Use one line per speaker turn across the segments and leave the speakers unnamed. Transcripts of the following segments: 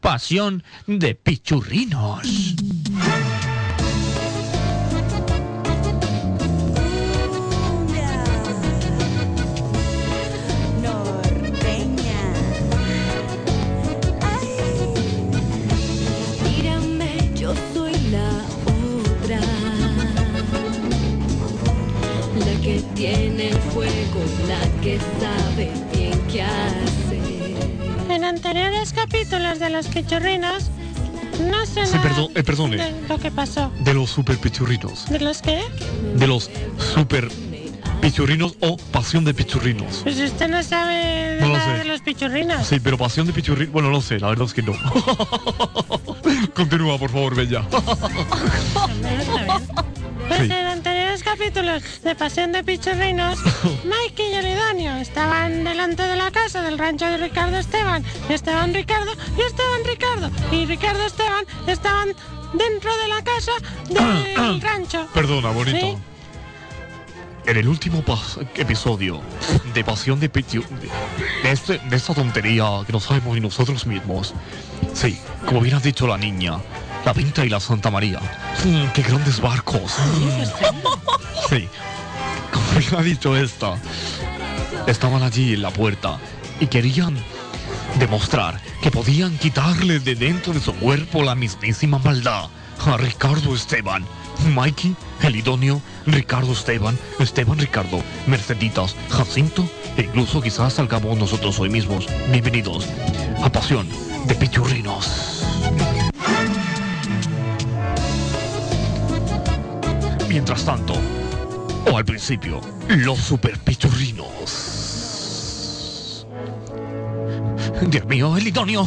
Pasión de Pichurrinos.
Cumbia norteña. Ay, mírame, yo soy la otra, la que tiene el fuego, la que sabe bien qué hacer.
En anteriores capítulos de Los Pichurrinos, no sé
Sí,
nada
perdón, eh, perdone.
de lo que pasó.
De los super pichurrinos.
¿De los qué?
De los super pichurrinos o pasión de pichurrinos.
Pues usted no sabe de
No lo
nada
sé.
de los pichurrinos.
Sí, pero pasión de pichurrinos. Bueno, no sé, la verdad es que no. Continúa, por favor, Bella.
Hombre, está bien. ¿eh? Pues
Sí.
en anteriores capítulos de Pasión de Pichurrinos, Mikey y Elidonio estaban delante de la casa del rancho de Ricardo Esteban. Estaban Ricardo y Esteban Ricardo. Y Ricardo Esteban estaban dentro de la casa del rancho.
Perdona, bonito.
Sí.
En el último pas- episodio de Pasión de Pichu... De, este- de esta tontería que no sabemos ni nosotros mismos. Sí, como bien has dicho la niña, la Pinta y la Santa María. Mm, ¡Qué grandes barcos! Sí, como bien ha dicho esta, estaban allí en la puerta y querían demostrar que podían quitarle de dentro de su cuerpo la mismísima maldad a Ricardo Esteban. Mikey, el idóneo, Ricardo Esteban, Esteban Ricardo, Merceditas, Jacinto e incluso quizás salgamos nosotros hoy mismos. Bienvenidos a Pasión de Pichurrinos. Mientras tanto, o al principio, los superpichurrinos. Dios mío, el idóneo.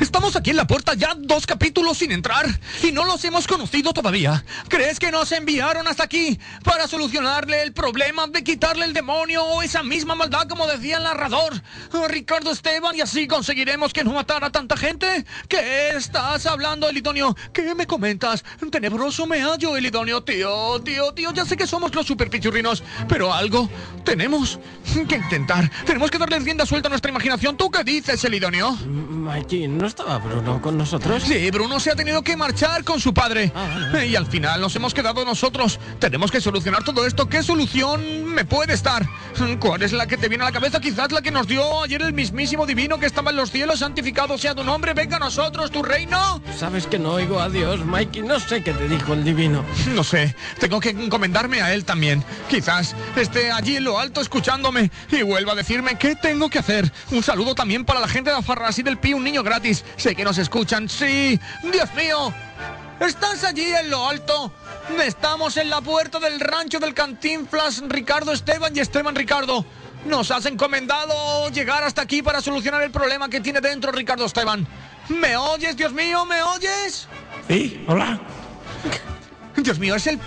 Estamos aquí en la puerta ya dos capítulos sin entrar y no los hemos conocido todavía. ¿Crees que nos enviaron hasta aquí para solucionarle el problema de quitarle el demonio o esa misma maldad como decía el narrador? a Ricardo Esteban y así conseguiremos que no matara tanta gente. ¿Qué estás hablando, Elidonio? ¿Qué me comentas? Tenebroso me hallo, Elidonio. Tío, tío, tío, ya sé que somos los superpichurrinos, pero algo tenemos que intentar. Tenemos que darle rienda suelta a nuestra imaginación. ¿Tú qué dices, Elidonio?
Mikey, ¿no estaba Bruno con nosotros?
Sí, Bruno se ha tenido que marchar con su padre.
Ah, vale, vale.
Y al final nos hemos quedado nosotros. Tenemos que solucionar todo esto. ¿Qué solución me puede estar? ¿Cuál es la que te viene a la cabeza? Quizás la que nos dio ayer el mismísimo divino que estaba en los cielos. Santificado sea tu nombre. Venga a nosotros, tu reino.
Sabes que no oigo a Dios, Mikey. No sé qué te dijo el divino.
No sé. Tengo que encomendarme a él también. Quizás esté allí en lo alto escuchándome y vuelva a decirme qué tengo que hacer. Un saludo también para la gente de Afarrasí del Pi, un niño gratis. Sé que nos escuchan. Sí. Dios mío. ¿Estás allí en lo alto? Estamos en la puerta del rancho del Cantinflas Ricardo Esteban y Esteban Ricardo. Nos has encomendado llegar hasta aquí para solucionar el problema que tiene dentro Ricardo Esteban. ¿Me oyes, Dios mío? ¿Me oyes?
Sí, hola.
Dios mío, es el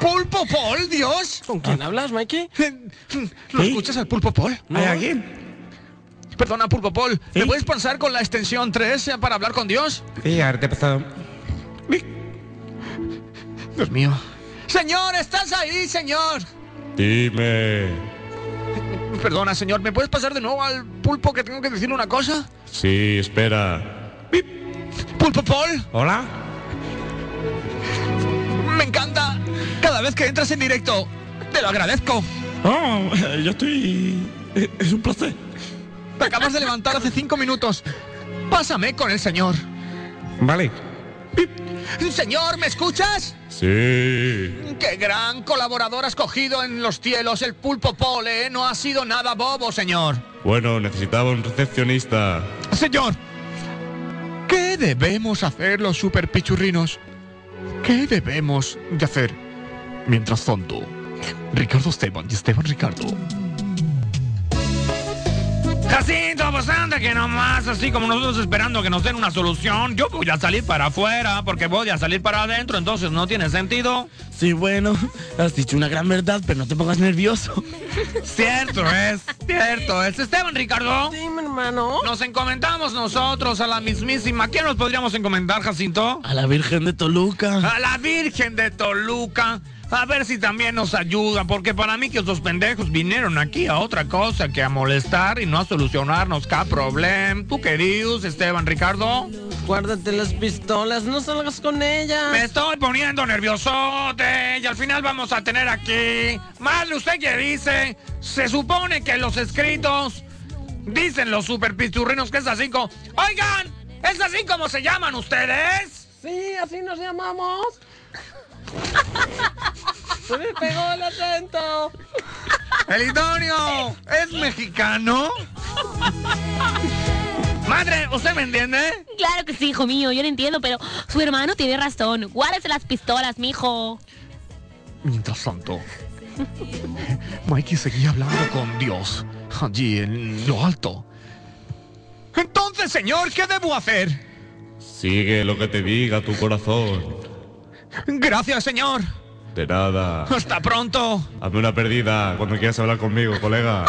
pulpo Paul, Dios.
¿Con quién hablas, Mikey?
¿Lo
¿Sí?
escuchas al pulpo Paul?
¿Hay alguien?
Perdona, pulpo Paul. ¿Me
¿Sí?
puedes pasar con la extensión 3 para hablar con Dios?
Sí, ahora te he pasado.
Dios mío. Señor, estás ahí, señor.
Dime.
Perdona, señor, ¿me puedes pasar de nuevo al pulpo que tengo que decir una cosa?
Sí, espera.
Pulpo Paul,
¿Hola?
me encanta. Cada vez que entras en directo, te lo agradezco.
Oh, yo estoy... eh, Es un placer.
Te acabas de levantar hace cinco minutos. Pásame con el señor.
Vale.
Señor, ¿me escuchas?
Sí.
¡Qué gran colaborador has cogido en los cielos el pulpo pole! ¿eh? No ha sido nada bobo, señor.
Bueno, necesitaba un recepcionista.
Señor, ¿qué debemos hacer los superpichurrinos? ¿Qué debemos de hacer? Mientras tanto, Ricardo Esteban y Esteban Ricardo.
Jacinto, pues anda que nomás, así como nosotros esperando que nos den una solución, yo voy a salir para afuera porque voy a salir para adentro, entonces no tiene sentido.
Sí, bueno, has dicho una gran verdad, pero no te pongas nervioso.
Cierto es, cierto es. Esteban Ricardo,
Dime, hermano.
nos encomendamos nosotros a la mismísima. ¿Quién nos podríamos encomendar, Jacinto?
A la Virgen de Toluca.
A la Virgen de Toluca.
A ver si también nos ayudan, porque para mí que esos pendejos vinieron aquí a otra cosa que a molestar y no a solucionarnos cada problema. ¿Tú queridos, Esteban, Ricardo?
Guárdate las pistolas, no salgas con ellas.
Me estoy poniendo nerviosote y al final vamos a tener aquí. Mal, ¿usted que dice? Se supone que los escritos dicen los superpichurrinos que es así como. Oigan, ¿es así como se llaman ustedes?
Sí, así nos llamamos. Se me pegó el acento.
Elidonio, ¿es mexicano? Madre, ¿usted me entiende?
Claro que sí, hijo mío, yo lo entiendo, pero su hermano tiene razón. Guárdese las pistolas, mijo.
Mientras tanto, Mikey seguía hablando con Dios, allí en lo alto.
Entonces, señor, ¿qué debo hacer?
Sigue lo que te diga tu corazón.
Gracias, señor.
De nada.
Hasta pronto.
Hazme una perdida cuando quieras hablar conmigo, colega.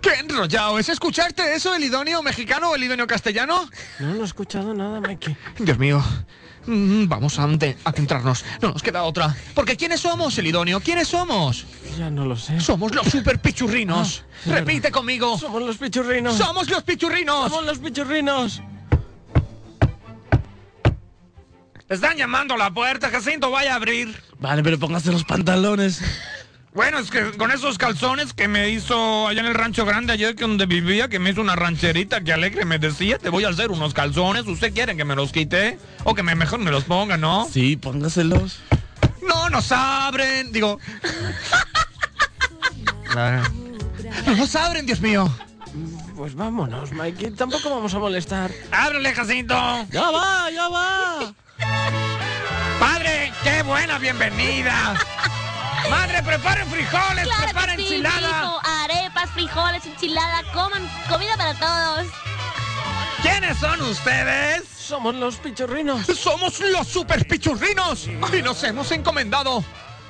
¡Qué enrollado! ¿Es escucharte eso, el idóneo mexicano o el idóneo castellano?
No, no he escuchado nada, Mikey.
Dios mío.
Mm, Vamos a, ante- a centrarnos. No nos queda otra.
Porque ¿quiénes somos, el idóneo? ¿Quiénes somos?
Ya no lo sé.
Somos los super pichurrinos.
Repite conmigo.
Somos los pichurrinos.
¡Somos los pichurrinos!
Somos los pichurrinos.
Están llamando a la puerta, Jacinto, vaya a abrir.
Vale, pero póngase los pantalones.
Bueno, es que con esos calzones que me hizo allá en el rancho grande ayer que donde vivía, que me hizo una rancherita que alegre me decía, te voy a hacer unos calzones, ¿usted quieren que me los quite? O que me mejor me los ponga, ¿no?
Sí, póngaselos.
No nos abren, digo,
No nos abren, Dios mío.
Pues vámonos, Mikey. Tampoco vamos a molestar.
ábrele, Jacinto.
¡Ya va, ya va!
Padre, qué buena bienvenida. Madre, preparen frijoles, preparen
Claro que sí,
enchilada.
mijo. Arepas, frijoles, enchilada, coman comida para todos.
¿Quiénes son ustedes?
Somos los pichurrinos.
Somos los super pichurrinos y nos hemos encomendado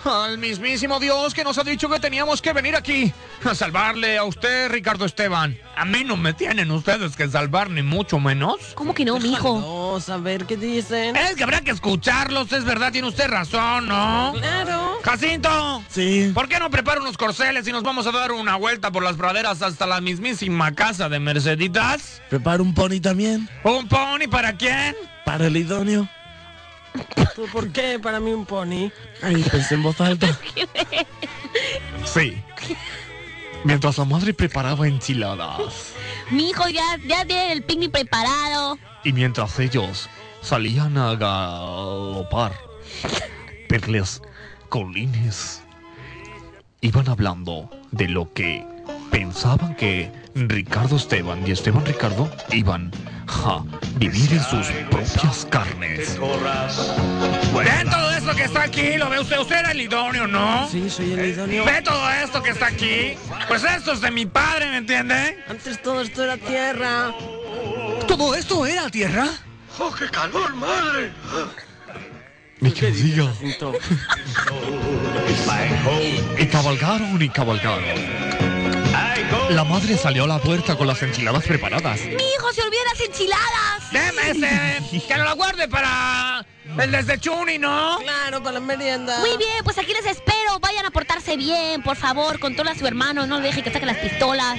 al mismísimo Dios que nos ha dicho que teníamos que venir aquí a salvarle a usted, Ricardo Esteban. A mí no me tienen ustedes que salvar ni mucho menos.
¿Cómo que no, mijo?
Vamos a ver qué dicen.
Es que habrá que escucharlos, es verdad, tiene usted razón, ¿no?
Claro.
Jacinto,
Sí.
¿por qué no prepara unos corceles y nos vamos a dar una vuelta por las praderas hasta la mismísima casa de Merceditas?
Preparo un pony también.
¿Un pony para quién?
Para el idóneo. ¿Tú por qué para mí un pony? Ay, pensé en voz alta.
Sí. Mientras la madre preparaba enchiladas
Mijo, ya, ya tiene el picnic preparado.
y mientras ellos salían a galopar por las colines, iban hablando de lo que pensaban que Ricardo Esteban y Esteban Ricardo iban a vivir en sus propias carnes.
¿Ven todo esto que está aquí? ¿Lo ve usted? ¿Usted era el idóneo, no?
Sí, soy el idóneo.
¿Ve todo esto que está aquí? Pues esto es de mi padre, ¿me entiende?
Antes todo esto era tierra.
¿Todo esto era tierra?
Ni que os diga.
Siento.
Y cabalgaron y cabalgaron. La madre salió a la puerta con las enchiladas preparadas.
Mijo, se olvidan las enchiladas.
Deme ese, que no lo guarde para el desde Chuni, ¿no?
Claro, para la merienda.
Muy bien, pues aquí les espero. Vayan a portarse bien, por favor. Controla a su hermano, no le deje que saque las pistolas.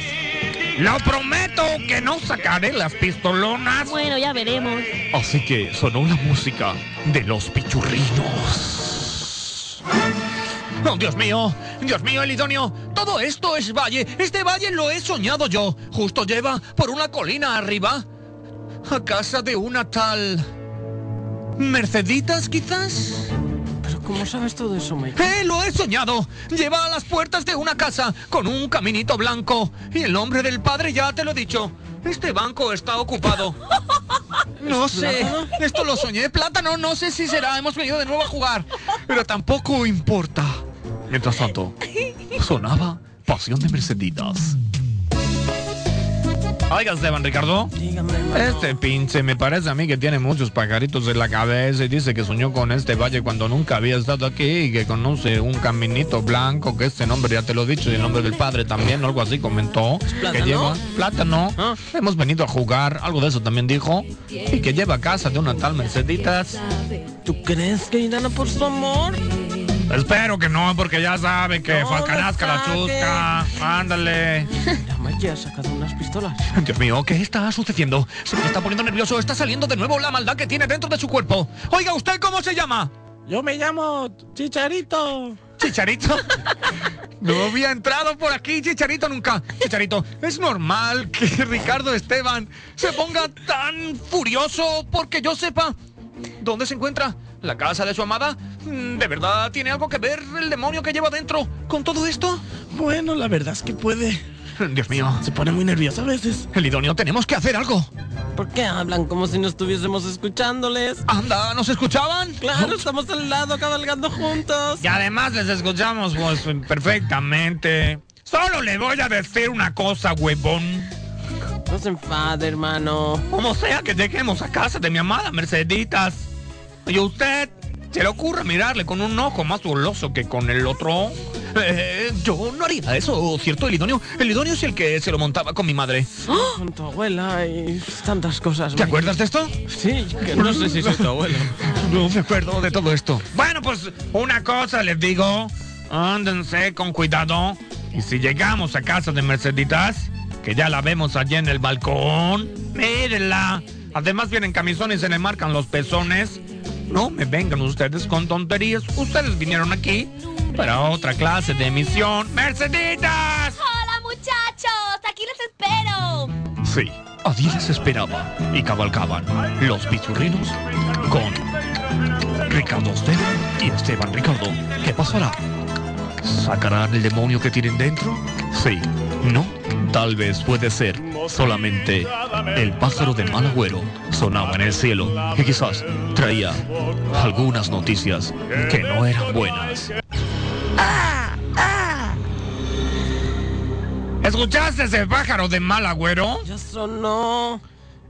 Lo prometo que no sacaré las pistolonas.
Bueno, ya veremos.
Así que sonó la música de los pichurrinos.
Oh, Dios mío, Dios mío, Elidonio, todo esto es valle. Este valle lo he soñado yo. Justo lleva por una colina arriba a casa de una tal... Merceditas, quizás.
Pero ¿cómo sabes todo eso, Mike?
¡Eh, lo he soñado! Lleva a las puertas de una casa con un caminito blanco. Y el nombre del padre ya te lo he dicho. Este banco está ocupado. No sé, esto lo soñé. Plátano, no sé si será. Hemos venido de nuevo a jugar.
Pero tampoco importa. Mientras tanto, sonaba Pasión de Merceditas.
Oiga, Esteban Ricardo.
Dígame, hermano.
Este pinche me parece a mí que tiene muchos pajaritos en la cabeza y dice que soñó con este valle cuando nunca había estado aquí y que conoce un caminito blanco, que este nombre ya te lo he dicho y el nombre del padre también, algo así comentó. Que
plátano? Ah.
lleva plátano. Hemos venido a jugar, algo de eso también dijo. Y que lleva a casa de una tal Merceditas.
¿Tú crees que irán a por su amor?
Espero que no, porque ya sabe que
No
fue al canasca la
lo
chusca. Ándale.
La Maya ha sacado unas pistolas.
Dios mío, ¿qué está sucediendo?
Se me está poniendo nervioso. Está saliendo de nuevo la maldad que tiene dentro de su cuerpo. Oiga, ¿usted cómo se llama?
Yo me llamo Chicharito.
Chicharito. No había entrado por aquí, Chicharito, nunca. Chicharito, es normal que Ricardo Esteban se ponga tan furioso porque yo sepa dónde se encuentra la casa de su amada. Mm, ¿De verdad tiene algo que ver el demonio que lleva dentro con todo esto?
Bueno, la verdad es que puede.
Dios mío,
Se pone muy nervioso a veces.
el idóneo, tenemos que hacer algo.
¿Por qué hablan como si no estuviésemos escuchándoles?
Anda, ¿nos escuchaban?
Claro, estamos al lado cabalgando juntos.
Y además les escuchamos pues, perfectamente. Solo le voy a decir una cosa, huevón.
No se enfade, hermano.
Como sea que lleguemos a casa de mi amada Merceditas. Y a usted se le ocurre mirarle con un ojo más goloso que con el otro. Eh, yo no haría eso, ¿cierto, Elidonio? Elidonio es el que se lo montaba con mi madre.
Con tu abuela y tantas cosas.
¿Te
Maya.
acuerdas de esto?
Sí, que no sé si soy tu abuelo.
No me acuerdo de todo esto. Bueno, pues una cosa les digo. Ándense con cuidado. Y si llegamos a casa de Merceditas, que ya la vemos allí en el balcón, mírenla. Además vienen camisones y se le marcan los pezones. No me vengan ustedes con tonterías. Ustedes vinieron aquí para otra clase de misión. ¡Merceditas!
¡Hola, muchachos! ¡Aquí les espero!
Sí, allí les esperaba y cabalgaban los pichurrinos con Ricardo Esteban y Esteban Ricardo. ¿Qué pasará? ¿Sacarán el demonio que tienen dentro? Sí, no, tal vez puede ser. Solamente el pájaro de mal agüero sonaba en el cielo y quizás traía algunas noticias que no eran buenas.
¿Escuchaste ese pájaro de mal agüero?
Ya sonó.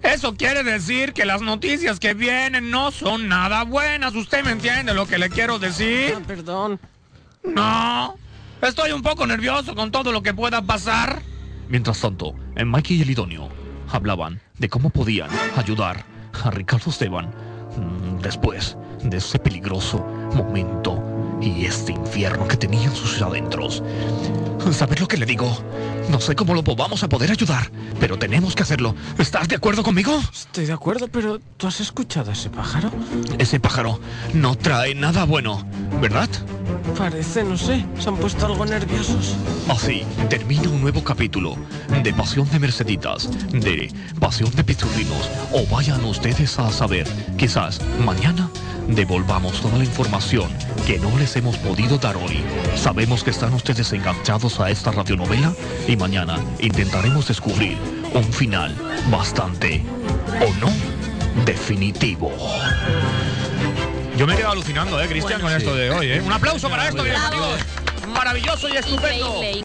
Eso quiere decir que las noticias que vienen no son nada buenas. ¿Usted me entiende lo que le quiero decir?
Ah, perdón.
No. Estoy un poco nervioso con todo lo que pueda pasar.
Mientras tanto, eh, Mikey y el idóneo hablaban de cómo podían ayudar a Ricardo Esteban mm, después de ese peligroso momento y este infierno que tenían sus adentros. ¿Sabes lo que le digo? No sé cómo lo po- vamos a poder ayudar, pero tenemos que hacerlo. ¿Estás de acuerdo conmigo?
Estoy de acuerdo, pero ¿tú has escuchado a ese pájaro?
Ese pájaro no trae nada bueno, ¿verdad?
Parece, no sé. Se han puesto algo nerviosos.
Así termina un nuevo capítulo de Pasión de Merceditas, de Pasión de Pichurrinos, o vayan ustedes a saber, quizás mañana devolvamos toda la información que no les hemos podido dar hoy. Sabemos que están ustedes enganchados a esta radionovela y mañana intentaremos descubrir un final bastante, o no, definitivo.
Yo me quedo alucinando, eh, Cristian, con esto de hoy, eh. Un aplauso para esto, queridos
Bravo.
amigos. Maravilloso y estupendo.
Increíble,